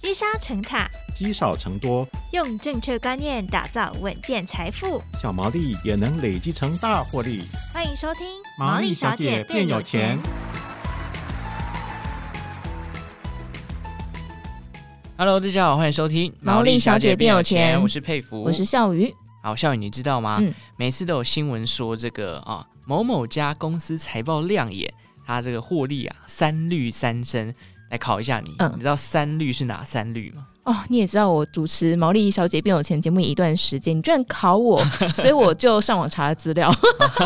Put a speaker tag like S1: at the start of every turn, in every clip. S1: 积沙成塔，
S2: 积少成多，
S1: 用正确观念打造稳健财富。
S2: 小毛利也能累积成大获利。
S1: 欢迎收听《
S2: 毛利小姐变有钱》。
S3: Hello，大家好，欢迎收听《
S4: 毛利小姐变有钱
S3: 我是佩服，
S4: 我是笑鱼，
S3: 好笑宇，你知道吗？
S4: 嗯
S3: 每次都有新闻说这个啊，某某家公司财报亮眼，它这个获利啊三率三升。来考一下你，
S4: 嗯
S3: 你知道三率是哪三率吗？
S4: 哦，你也知道我主持《毛利小姐变有钱》节目一段时间，你居然考我，所以我就上网查了资 料，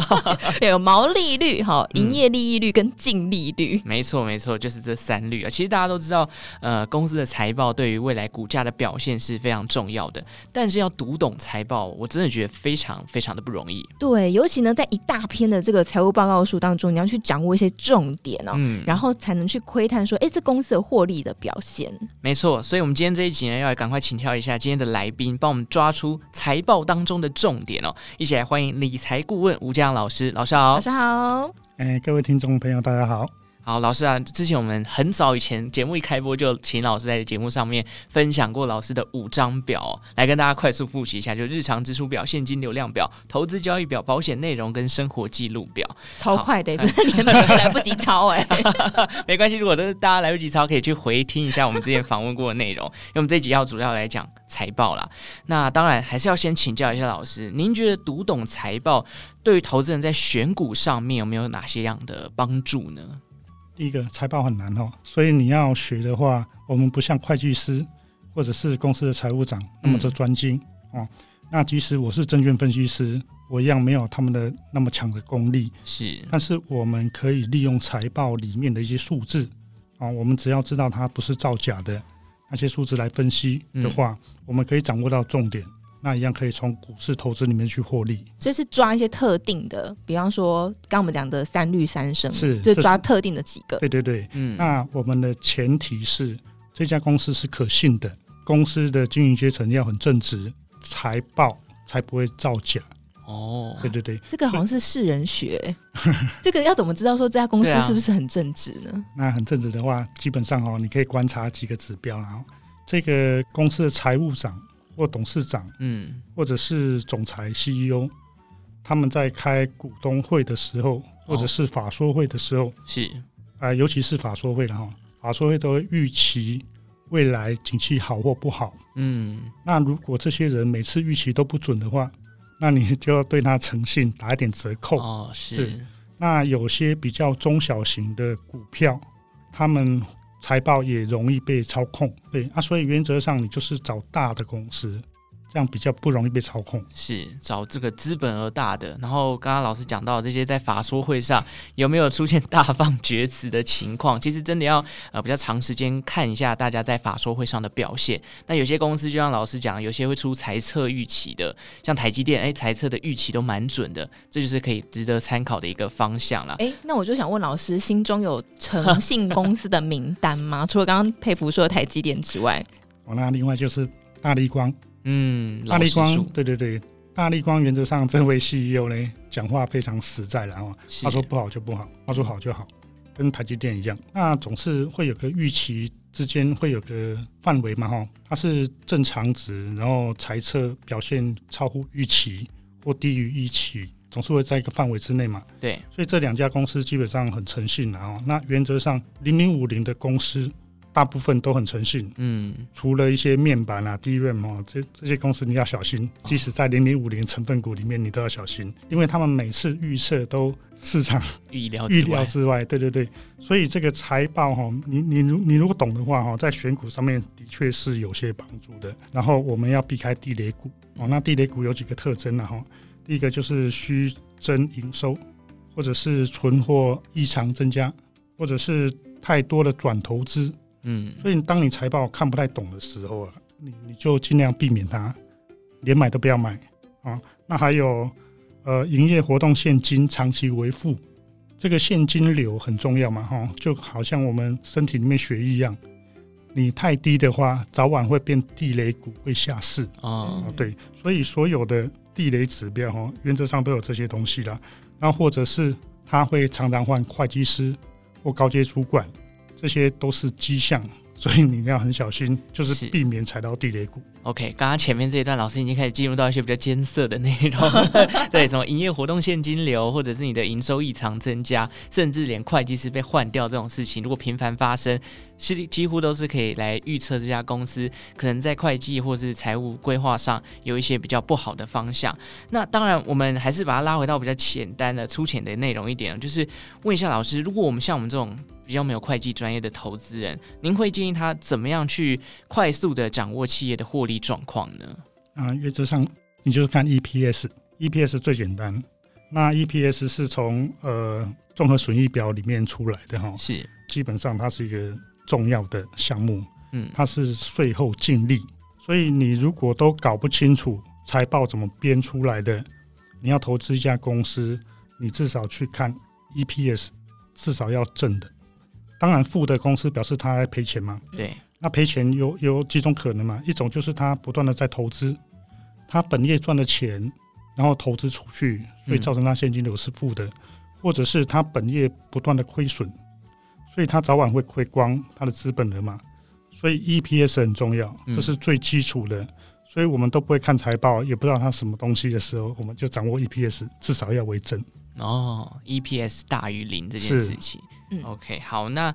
S4: 有毛利率、哈营
S5: 嗯
S4: 业利益率跟净利率。
S3: 没错，没错，就是这三率啊。其实大家都知道，呃，公司的财报对于未来股价的表现是非常重要的，但是要读懂财报，我真的觉得非常非常的不容易。
S4: 对，尤其呢，在一大篇的这个财务报告书当中，你要去掌握一些重点哦，
S3: 嗯，
S4: 然后才能去窥探说，哎，这公司的获利的表现。
S3: 没错，所以我们今天这一集呢，要来赶快请教一下今天的来宾，帮我们抓出财报当中的重点哦。一起来欢迎理财顾问吴江老师，老师好。
S4: 老师好，
S5: 哎，各位听众朋友，大家好。
S3: 好，老师啊，之前我们很早以前节目一开播就请老师在节目上面分享过老师的五张表哦、来跟大家快速复习一下，就日常支出表、现金流量表、投资交易表、保险内容跟生活记录表。
S4: 超快
S5: 哎
S4: 的，真的连笔都来不及抄 哎、
S3: 没关系，如果都是大家来不及抄，可以去回听一下我们之前访问过的内容， 因为我们这集要主要来讲财报啦。那当然还是要先请教一下老师，您觉得读懂财报对于投资人在选股上面有没有哪些样的帮助呢？
S5: 第一个财报很难哦，所以你要学的话，我们不像会计师或者是公司的财务长那么的专精、哦。那即使我是证券分析师，我一样没有他们的那么强的功力，
S3: 是，
S5: 但是我们可以利用财报里面的一些数字啊、哦，我们只要知道它不是造假的那些数字来分析的话，我们可以掌握到重点，那一样可以从股市投资里面去获利。
S4: 所以是抓一些特定的，比方说刚刚我们讲的三律三升，
S5: 是
S4: 就
S5: 这
S4: 抓
S5: 是
S4: 特定的几个。
S5: 对对对，
S3: 嗯，
S5: 那我们的前提是这家公司是可信的，公司的经营阶层要很正直，财报才不会造假。
S3: 哦，
S5: 对对对，
S4: 这个好像是世人学， 这个要怎么知道说这家公司
S3: 对啊
S4: 是不是很正直呢？
S5: 那很正直的话，基本上哦，你可以观察几个指标，然后这个公司的财务长或董事长
S3: 嗯，
S5: 或者是总裁 CEO，他们在开股东会的时候，或者是法说会的时候，
S3: 是，
S5: 啊、尤其是法说会的哈，法说会都会预期未来景气好或不好。
S3: 嗯，
S5: 那如果这些人每次预期都不准的话，那你就要对他诚信打一点折扣。
S3: 哦，是
S5: 是，那有些比较中小型的股票，他们财报也容易被操控，对啊，所以原则上你就是找大的公司，这样比较不容易被操控。
S3: 是找这个资本而大的。然后刚刚老师讲到这些，在法说会上有没有出现大放厥词的情况？其实真的要呃比较长时间看一下大家在法说会上的表现。那有些公司就像老师讲，有些会出财测预期的，像台积电，哎，财测的预期都蛮准的，这就是可以值得参考的一个方向啦。
S4: 哎、那我就想问老师，心中有诚信公司的名单吗？ 除了刚刚佩服说的台积电之外，
S5: 哦，那另外就是大力光，
S3: 嗯，
S5: 大
S3: 老
S5: 力
S3: 师
S5: 光
S3: 说，
S5: 对对对，大力光原则上这位 CEO 呢，讲话非常实在啦，然哦后
S3: 是
S5: 他说不好就不好，他说好就好，跟台积电一样，那总是会有个预期之间会有个范围嘛，哈，它是正常值，然后猜测表现超乎预期或低于预期，总是会在一个范围之内嘛，
S3: 对，
S5: 所以这两家公司基本上很诚信然后那原则上零零五零的公司大部分都很诚信，
S3: 嗯，
S5: 除了一些面板啊、DRAM 哦，这这些公司你要小心，即使在零零五零成分股里面，你都要小心，因为他们每次预测都市场
S3: 意料之
S5: 预料
S3: 外，
S5: 之外，对对对，所以这个财报哈，你你如你如果懂的话哈，在选股上面的确是有些帮助的。然后我们要避开地雷股哦，那地雷股有几个特征呢、啊哈，第一个就是虚增营收，或者是存货异常增加，或者是太多的转投资。
S3: 嗯，
S5: 所以当你财报看不太懂的时候啊，你你就尽量避免它，连买都不要买啊。那还有呃，营业活动现金长期为负，这个现金流很重要嘛，哈、就好像我们身体里面血液一样，你太低的话，早晚会变地雷股，会下市。
S3: 哦，
S4: 嗯
S5: 啊，对，所以所有的地雷指标哈，原则上都有这些东西啦。那或者是他会常常换会计师或高阶主管，这些都是迹象，所以你要很小心，就是是避免踩到地雷股。
S3: OK，刚刚前面这一段，老师已经开始进入到一些比较艰涩的内容了，对，什么营业活动现金流，或者是你的营收异常增加，甚至连会计师被换掉这种事情，如果频繁发生，是几乎都是可以来预测这家公司可能在会计或是财务规划上有一些比较不好的方向。那当然，我们还是把它拉回到比较简单的、粗浅的内容一点，就是问一下老师，如果我们像我们这种比较没有会计专业的投资人，您会建议他怎么样去快速的掌握企业的获利状况呢？
S5: 啊，原则上你就是看 E EPS，EPS 最简单。那 EPS 是从呃综合损益表里面出来的哈，
S3: 是，
S5: 基本上它是一个重要的项目，
S3: 嗯，
S5: 它是税后净利。所以你如果都搞不清楚财报怎么编出来的，你要投资一家公司，你至少去看 EPS，至少要正的。当然，负的公司表示它在赔钱嘛，
S3: 对，
S5: 那赔钱有有几种可能嘛？一种就是他不断的在投资，他本业赚的钱，然后投资出去，所以造成他现金流是负的；或者是他本业不断的亏损，所以他早晚会亏光他的资本的嘛。所以 EPS 很重要，
S3: 嗯
S5: 这是最基础的。所以我们都不会看财报，也不知道它什么东西的时候，我们就掌握 EPS，至少要为正。
S3: 哦，EPS 大于零这件
S5: 是
S3: 事情。
S4: 嗯
S3: OK，好，那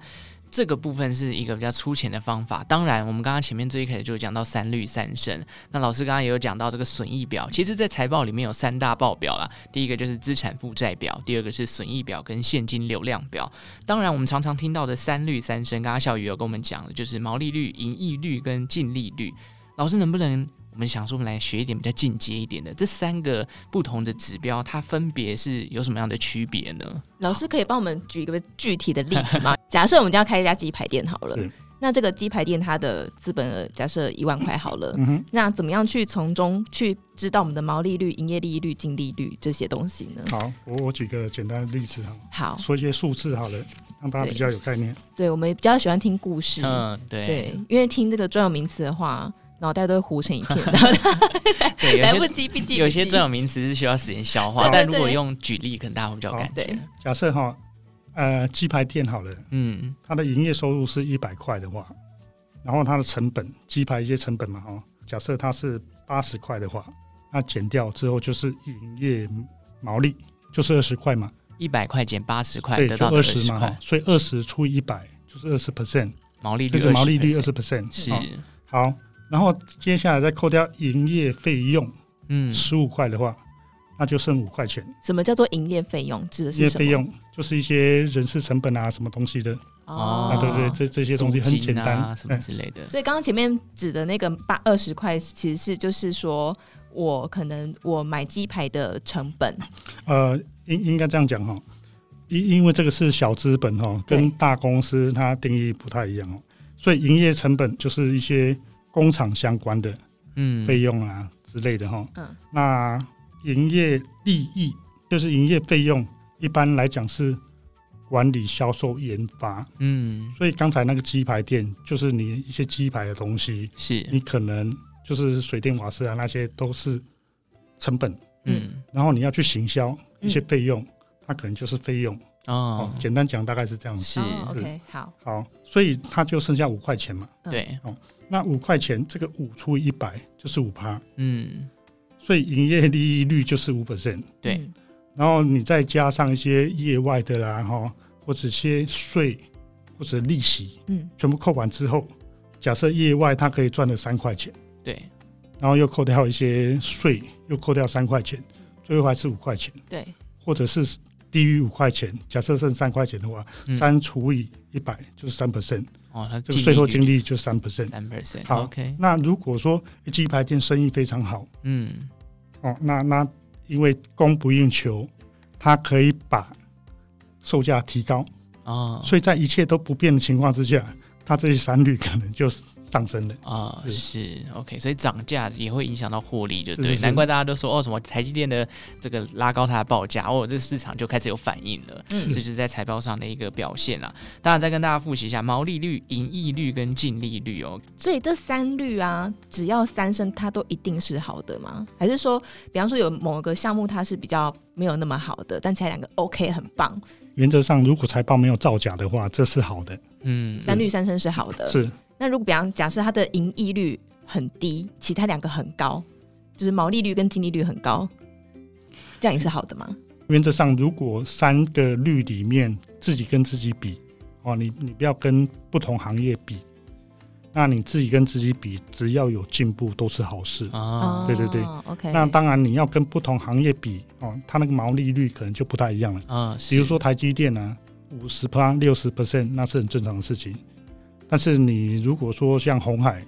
S3: 这个部分是一个比较粗浅的方法。当然，我们刚刚前面最一开始就有讲到三率三升，那老师刚刚也有讲到这个损益表。其实，在财报里面有三大报表啦，第一个就是资产负债表，第二个是损益表跟现金流量表。当然，我们常常听到的三率三升，刚刚小雨有跟我们讲的，就是毛利率、盈利率跟净利率。老师能不能？我们想说，我们来学一点比较进阶一点的，这三个不同的指标，它分别是有什么样的区别呢？
S4: 老师可以帮我们举一个具体的例子吗？ 假设我们家开一家鸡排店好了
S5: 是，
S4: 那这个鸡排店它的资本额假设一万块好了，
S5: 嗯哼，
S4: 那怎么样去从中去知道我们的毛利率、营业利率、净利率这些东西呢？
S5: 好，我我举个简单的例子哈，
S4: 好，
S5: 说一些数字好了，让大家
S4: 对
S5: 比较有概念。
S4: 对我们比较喜欢听故事，
S3: 嗯，对
S4: 对，因为听这个专有名词的话，脑袋都会糊成一 片，然后
S3: 对，
S4: 来
S3: 有
S4: 不
S3: 些
S4: 及笔记，
S3: 有些
S4: 笔记
S3: 专有名词是需要时间消化，
S4: 对对
S3: 但如果
S4: 对
S3: 用举例，可能大家会比较有感
S4: 对
S3: 觉。
S5: 假设哈，呃，鸡排店好了，
S3: 嗯，
S5: 它的营业收入是一百块的话，然后它的成本，鸡排一些成本嘛，哈，假设它是八十块的话，那减掉之后就是营业毛利，就是二十块嘛，
S3: 一百块减八十块
S5: 对，
S3: 得
S5: 就
S3: 到的
S5: 二
S3: 二
S5: 十
S3: 十
S5: 嘛，哈
S3: 块，，
S5: 所以二十除以一百就是二十 percent，
S3: 毛利
S5: 就
S3: 率
S5: 是毛利率二
S3: 20%
S5: 十哦 percent，
S3: 是，
S5: 好，然后接下来再扣掉营业费用
S3: 嗯，
S5: 十五块的话，那就剩五块钱，
S4: 什么叫做营业费用？指的
S5: 营业
S4: 是什么？
S5: 费用就是一些人事成本啊，什么东西的，
S3: 哦
S5: 啊，对不对？这这些东西很
S3: 租
S5: 简
S3: 金
S5: 单
S3: 啊，，什么
S5: 哎
S3: 之类的。
S4: 所以刚刚前面指的那个八二十块，其实是就是说我可能我买鸡排的成本，
S5: 呃，应应该这样讲哈，因因为这个是小资本哈，
S4: 对
S5: 跟大公司它定义不太一样哦，所以营业成本就是一些工厂相关的
S3: 嗯，
S5: 费用啊之类的哈。
S4: 嗯，
S5: 那营业利益就是营业费用，一般来讲是管理、销售、研发。
S3: 嗯，
S5: 所以刚才那个鸡排店，就是你一些鸡排的东西，
S3: 是，
S5: 你可能就是水电瓦斯啊那些都是成本，
S3: 嗯，
S5: 然后你要去行销一些
S4: 嗯
S5: 费用，它可能就是费用。哦
S3: 哦，，
S5: 简单讲大概是这样子。
S3: 是，
S4: 哦、OK 好，
S5: 好，所以它就剩下五块钱嘛。
S4: 嗯
S3: 对，
S5: 那五块钱，这个五除以一百就是五趴，
S3: 嗯，
S5: 所以营业利益率就是五 percent。
S3: 对
S4: 嗯
S5: 然后你再加上一些业外的啦，哈，或者一些税或者利息，
S4: 嗯
S5: 全部扣完之后，假设业外它可以赚了三块钱，
S3: 对，
S5: 然后又扣掉一些税，又扣掉三块钱，最后还是五块钱，
S4: 对，
S5: 或者是低于五块钱。假设剩三块钱的话，
S3: 嗯
S5: 三除以一百就是三 percent，
S3: 哦，它
S5: 这个税后净
S3: 利
S5: 利就三 percent。
S3: 三 percent。
S5: 好
S3: OK，
S5: 那如果说鸡排店生意非常好
S3: 嗯，
S5: 哦，那那因为供不应求，它可以把售价提高，
S3: 哦，
S5: 所以在一切都不变的情况之下，它这些三率可能就上升了。
S3: 啊、
S5: 是
S3: 是 OK，所以涨价也会影响到获利，就对，
S5: 是是是
S3: 难怪大家都说哦，什么台积电的这个拉高它的报价，哦，这个市场就开始有反应了，
S4: 嗯
S3: 这就是在财报上的一个表现啦。当然，再跟大家复习一下毛利率、盈利率跟净利率哦。
S4: 所以这三率啊，只要三升，它都一定是好的吗？还是说，比方说有某个项目它是比较没有那么好的，但其他两个 OK 很棒，
S5: 原则上，如果财报没有造假的话，这是好的，
S3: 嗯，呃
S4: 三率三升是好的，
S5: 是
S4: 那如果比方假设它的盈利率很低，其他两个很高，就是毛利率跟净利率很高，这样也是好的吗？
S5: 原则上，如果三个率里面自己跟自己比，哦，你你不要跟不同行业比，那你自己跟自己比，只要有进步都是好事。
S4: 哦
S3: 啊，
S5: 对对对
S4: ，OK。
S5: 那当然，你要跟不同行业比，哦，它那个毛利率可能就不太一样了。
S3: 嗯，
S5: 比如说台积电呢、5五十趴、六十 percent，那是很正常的事情。但是你如果说像红海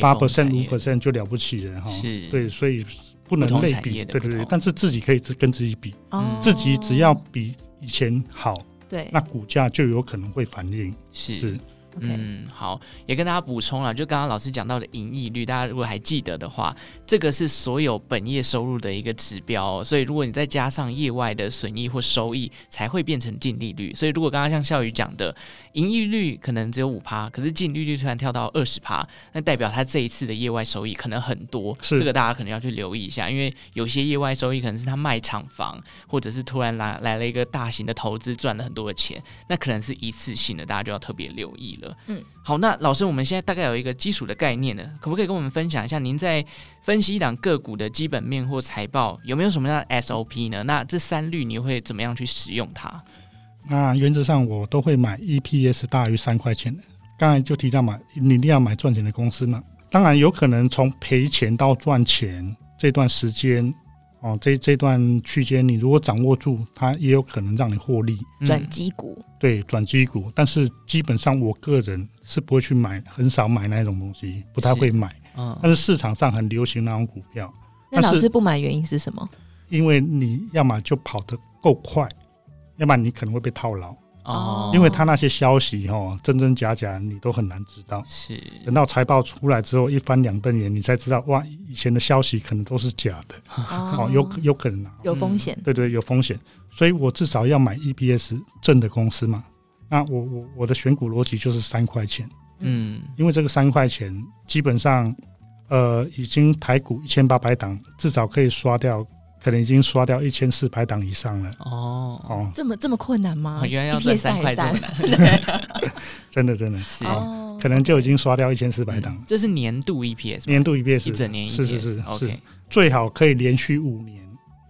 S5: 八 percent、五 percent 就了不起了哈，
S3: 是，
S5: 对，所以不能
S3: 不同
S5: 类
S3: 产
S5: 比，
S3: 业的
S5: 对
S3: 不
S5: 对对
S3: 同。
S5: 但是自己可以自跟自己比，
S4: 哦
S5: 自己只要比以前好，
S4: 对，
S5: 那股价就有可能会反应。
S3: 是
S5: 是
S4: OK，
S3: 嗯，好，也跟大家补充了，就刚刚老师讲到的盈利率，大家如果还记得的话，这个是所有本业收入的一个指标哦、所以如果你再加上业外的损益或收益，才会变成净利率。所以如果刚刚像笑宇讲的，盈利率可能只有五趴，可是净利率突然跳到二十趴，那代表他这一次的业外收益可能很多，
S5: 是
S3: 这个大家可能要去留意一下，因为有些业外收益可能是他卖厂房，或者是突然来来了一个大型的投资，赚了很多的钱，那可能是一次性的，大家就要特别留意了。
S4: 嗯，
S3: 好，那老师，我们现在大概有一个基础的概念了，可不可以跟我们分享一下您在分析一档个股的基本面或财报有没有什么样的 SOP 呢？那这三律你会怎么样去使用它？
S5: 那原则上我都会买 EPS 大于三块钱的。刚才就提到嘛，你一定要买赚钱的公司嘛。当然有可能从赔钱到赚钱这段时间，哦，这这段区间你如果掌握住，它也有可能让你获利。
S3: 嗯
S4: 转机股
S5: 对，转机股，但是基本上我个人是不会去买，很少买那种东西，不太
S3: 是
S5: 会买。
S3: 嗯
S5: 但是市场上很流行那种股票，
S4: 那
S5: 但
S4: 老
S5: 是
S4: 师不买原因是什 么？
S5: 因为你要么就跑得够快，要不然你可能会被套牢。
S4: 哦
S5: 因为他那些消息哦，真真假假你都很难知道。
S3: 是
S5: 等到财报出来之后，一翻两瞪眼，你才知道哇，以前的消息可能都是假的，哦，有有可能啊，
S4: 有风险，
S5: 对对，有风险，所以我至少要买 E EPS 正的公司嘛。那我我我的选股逻辑就是三块钱，
S3: 嗯
S5: 因为这个三块钱基本上，呃，已经台股一千八百档，至少可以刷掉，可能已经刷掉一千四百档以上了。
S3: 哦，
S5: 哦，
S4: 这么这么困难吗
S3: 哦？原来要
S4: EPS
S3: 赚三块这
S4: 大于
S3: 么难，
S5: 真的真的，
S3: 是
S4: 哦
S5: 可能就已经刷掉一千四百档，
S3: 嗯这是年度 EPS 吗
S5: 年度 EPS
S3: 一整年 EPS，
S5: 是是是是
S3: OK，
S5: 最好可以连续五年，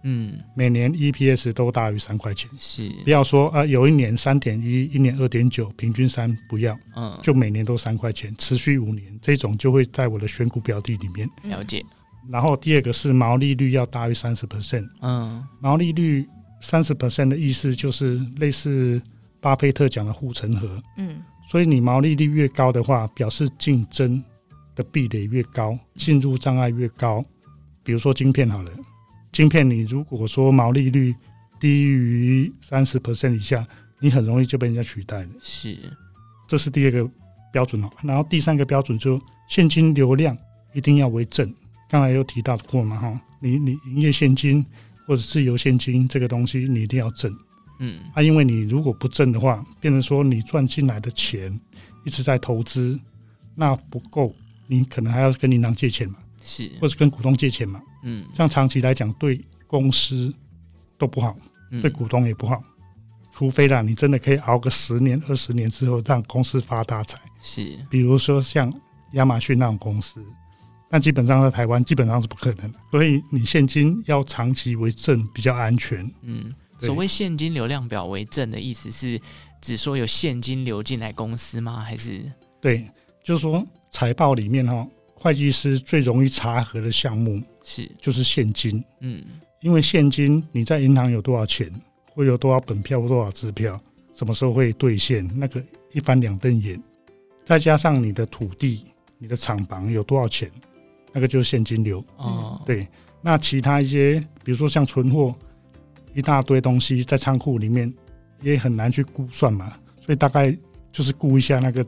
S3: 嗯
S5: 每年 EPS 都大于三块钱。
S3: 是
S5: 不要说啊、呃有一年三点一，一年二点九，平均三，不要，
S3: 嗯
S5: 就每年都三块钱，持续五年，这种就会在我的选股标的里面。
S4: 嗯
S3: 了解
S5: 然后第二个是毛利率要大于三十 percent，
S3: 嗯
S5: 毛利率三十 percent 的意思就是类似巴菲特讲的护城河，
S4: 嗯
S5: 所以你毛利率越高的话，表示竞争的壁垒越高，进入障碍越高。比如说晶片好了，晶片你如果说毛利率低于三十 percent 以下，你很容易就被人家取代了。
S3: 是
S5: 这是第二个标准哦。然后第三个标准就现金流量一定要为正，刚才有提到过嘛哈，你你营业现金或者自由现金这个东西你一定要正。
S3: 嗯
S5: 啊，因为你如果不挣的话，变成说你赚进来的钱一直在投资，那不够，你可能还要跟银行借钱嘛，
S3: 是
S5: 或者跟股东借钱嘛。
S3: 嗯
S5: 这样长期来讲，对公司都不好，
S3: 嗯
S5: 对股东也不好。除非啦，你真的可以熬个十年、二十年之后，让公司发大财。
S3: 是
S5: 比如说像亚马逊那种公司，那基本上在台湾基本上是不可能的。所以你现金要长期为正比较安全。
S3: 嗯，
S5: 对
S3: 所谓现金流量表为正的意思是只说有现金流进来公司吗？还是
S5: 对，就是说财报里面哈、哦，会计师最容易查核的项目
S3: 是
S5: 就是现金，
S3: 嗯
S5: 因为现金你在银行有多少钱，会有多少本票、多少支票，什么时候会兑现，那个一翻两瞪眼，再加上你的土地、你的厂房有多少钱，那个就是现金流。
S3: 哦
S5: 对那其他一些，比如说像存货，一大堆东西在仓库里面，也很难去估算嘛，所以大概就是估一下那个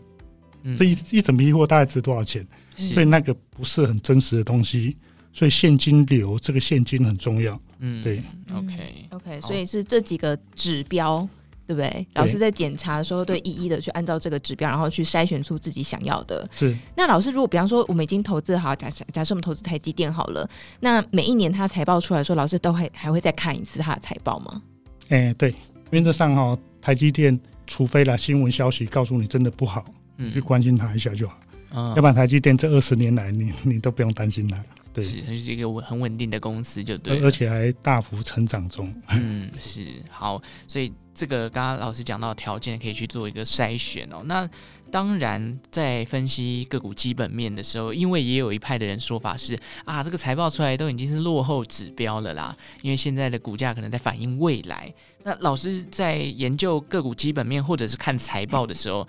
S3: 嗯
S5: 这一一整批货大概值多少钱。所以
S3: 是
S5: 那个不是很真实的东西，所以现金流这个现金很重要。
S3: 嗯
S5: 对
S3: ，OK，
S4: ，OK，
S3: 好
S4: 所以是这几个指标。对不对？老师在检查的时候，对一一的去按照这个指标，然后去筛选出自己想要的。
S5: 是
S4: 那老师，如果比方说我们已经投资好，假设假设我们投资台积电好了，那每一年它财报出来说，老师都会还会再看一次它的财报吗？
S5: 哎、对，原则上哈、台积电，除非啦新闻消息告诉你真的不好，
S3: 嗯
S5: 去关心它一下就好。
S3: 嗯
S5: 要不然台积电这二十年来你你都不用担心它，对
S3: 是，它就是一个稳很稳定的公司，就对了。
S5: 而而且还大幅成长中。
S3: 嗯，是好，所以这个刚刚老师讲到的条件可以去做一个筛选哦。那当然，在分析个股基本面的时候，因为也有一派的人说法是啊，这个财报出来都已经是落后指标了啦，因为现在的股价可能在反映未来。那老师在研究个股基本面或者是看财报的时候，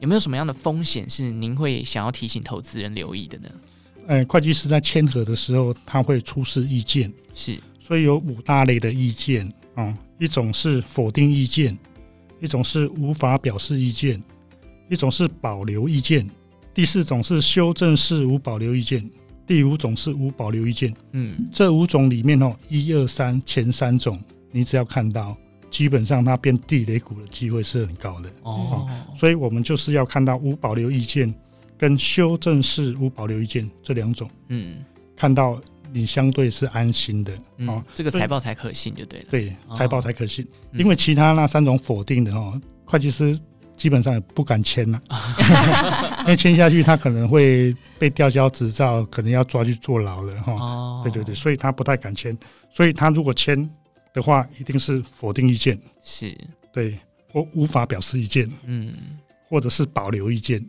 S3: 有没有什么样的风险是您会想要提醒投资人留意的呢？
S5: 呃，会计师在签合的时候，他会出示意见，
S3: 是，
S5: 所以有五大类的意见啊、嗯一种是否定意见，一种是无法表示意见，一种是保留意见，第四种是修正式无保留意见，第五种是无保留意见。
S3: 嗯，
S5: 这五种里面哦，一二三前三种，你只要看到，基本上它变地雷股的机会是很高的。
S3: 哦，
S5: 所以我们就是要看到无保留意见跟修正式无保留意见这两种，
S3: 嗯
S5: 看到你相对是安心的。
S3: 嗯，
S5: 哦
S3: 这个
S5: 所以
S3: 财报才可信就对了。
S5: 对，
S3: 哦
S5: 财报才可信，
S3: 嗯
S5: 因为其他那三种否定的哦，会计师基本上也不敢签 了、因为签下去他可能会被吊销执照，可能要抓去坐牢了哈、
S3: 哦，
S5: 对对对，，所以他不太敢签，所以他如果签的话，一定是否定意见，
S3: 是，
S5: 对，或无法表示意见，
S3: 嗯
S5: 或者是保留意见，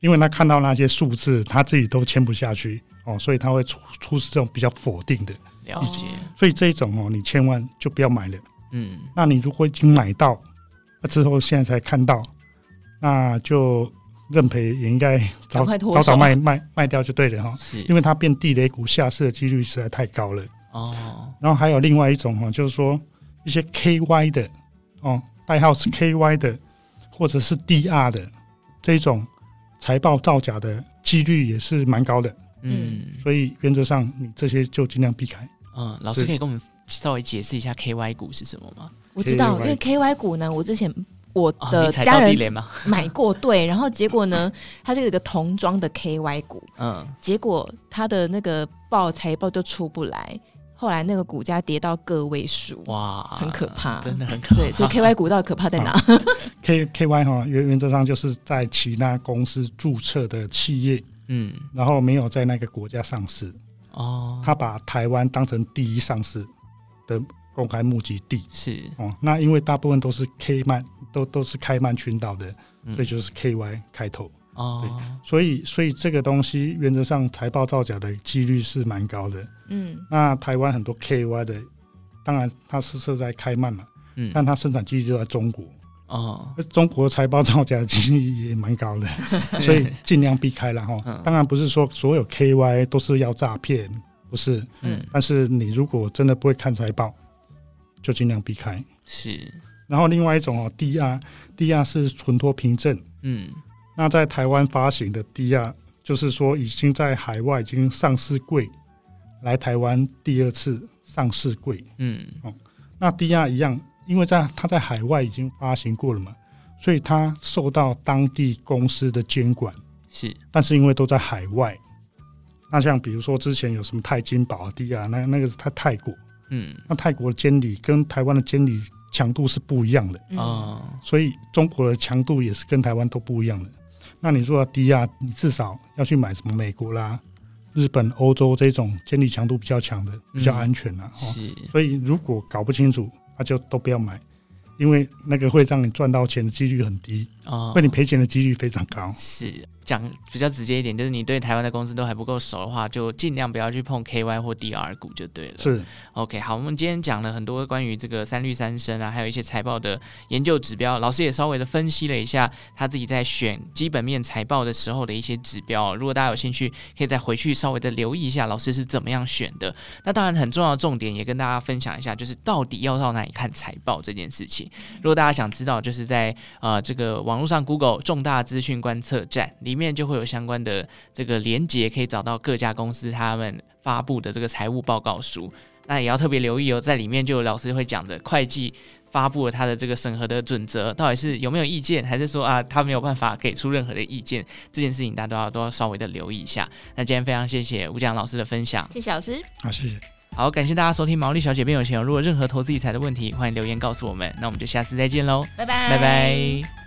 S5: 因为他看到那些数字，他自己都签不下去哦，所以他会出出示这种比较否定的，，
S3: 了解，
S5: 所以这一种哦，你千万就不要买了。
S3: 嗯
S5: 那你如果已经买到，那之后现在才看到，那就认赔也应该
S4: 赶
S5: 早
S4: 快脱手
S5: 早早卖卖卖掉就对了哈，
S3: 是，
S5: 因为它变地雷股下市的几率实在太高了。
S3: 哦，
S5: 然后还有另外一种哈，就是说一些 KY 的哦，代号是 KY 的，或者是 DR 的这种财报造假的几率也是蛮高的，
S3: 嗯
S5: 所以原则上你这些就尽量避开。
S3: 嗯，老师可以跟我们稍微解释一下 KY 股是什么吗？
S4: 我知道，
S5: KY
S4: 因为 KY 股呢，我之前我
S5: 啊
S3: 哦
S4: 的
S3: 你踩
S4: 家
S3: 到地
S4: 人
S3: 雷吗？
S4: 买过，对，然后结果呢， 它是一个童装的 KY 股，
S3: 嗯，
S4: 结果它的那个报财报就出不来，后来那个股价跌到个位数，
S3: 哇，
S4: 很可怕
S3: 真的很可怕。
S4: 对，所以 KY 股到底可怕在 哪？
S5: K KY 哈，原原则上就是在其他公司注册的企业，
S3: 嗯，
S5: 然后没有在那个国家上市，
S3: 哦，
S5: 他把台湾当成第一上市的公开募集地
S3: 是，
S5: 哦。那因为大部分都是 K 曼，都都是开曼群岛的，
S3: 嗯
S5: 所以就是 KY 开头。
S3: 哦，
S5: 所以所以这个东西原则上财报造假的几率是蛮高的。
S4: 嗯，
S5: 那台湾很多 KY 的，当然它是设在开曼嘛，
S3: 嗯，
S5: 但它生产基地就在中国，
S3: 哦，
S5: 而中国财报造假的几率也蛮 高的。所以尽量避开了哈
S3: 嗯。
S5: 当然不是说所有 KY 都是要诈骗，不是。
S3: 嗯
S5: 但是你如果真的不会看财报，就尽量避开。
S3: 是，
S5: 然后另外一种哦，DR，DR 是存托凭证。
S3: 嗯
S5: 那在台湾发行的 DR，就是说已经在海外已经上市柜，来台湾第二次上市柜。
S3: 嗯
S5: 那 DR 一样，因为在它在海外已经发行过了嘛，所以它受到当地公司的监管。
S3: 是，
S5: 但是因为都在海外，那像比如说之前有什么泰金宝地啊，那那个是泰泰国，
S3: 嗯
S5: 那泰国的监理跟台湾的监理强度是不一样的，
S4: 嗯
S3: 哦，
S5: 所以中国的强度也是跟台湾都不一样的。那你说低啊，你至少要去买什么美国啦、日本、欧洲这种监理强度比较强的，比较安全啦、哦，
S3: 是，
S5: 所以如果搞不清楚，那就都不要买，因为那个会让你赚到钱的几率很低，
S3: 哦
S5: 会，你赔钱的几率非常高。
S3: 是讲比较直接一点，就是你对台湾的公司都还不够熟的话，就尽量不要去碰 KY 或 DR 股就对了。
S5: 是，
S3: OK，好，我们今天讲了很多关于这个三率三升啊，还有一些财报的研究指标，老师也稍微的分析了一下他自己在选基本面财报的时候的一些指标哦、如果大家有兴趣，可以再回去稍微的留意一下老师是怎么样选的。那当然很重要的重点也跟大家分享一下，就是到底要到哪里看财报这件事情。如果大家想知道，就是在呃这个网络上 Google 重大资讯观测站里面就会有相关的这个连接，可以找到各家公司他们发布的这个财务报告书。那也要特别留意哦，在里面就有老师会讲的会计。发布了他的这个审核的准则，到底是有没有意见，还是说啊他没有办法给出任何的意见？这件事情大家都要都要稍微的留意一下。那今天非常谢谢吴江老师的分享。
S4: 谢谢老师，
S5: 好，啊谢谢。
S3: 好，感谢大家收听《毛利小姐变有钱》哦。如果有任何投资理财的问题，欢迎留言告诉我们。那我们就下次再见喽，
S4: 拜拜，
S3: 拜拜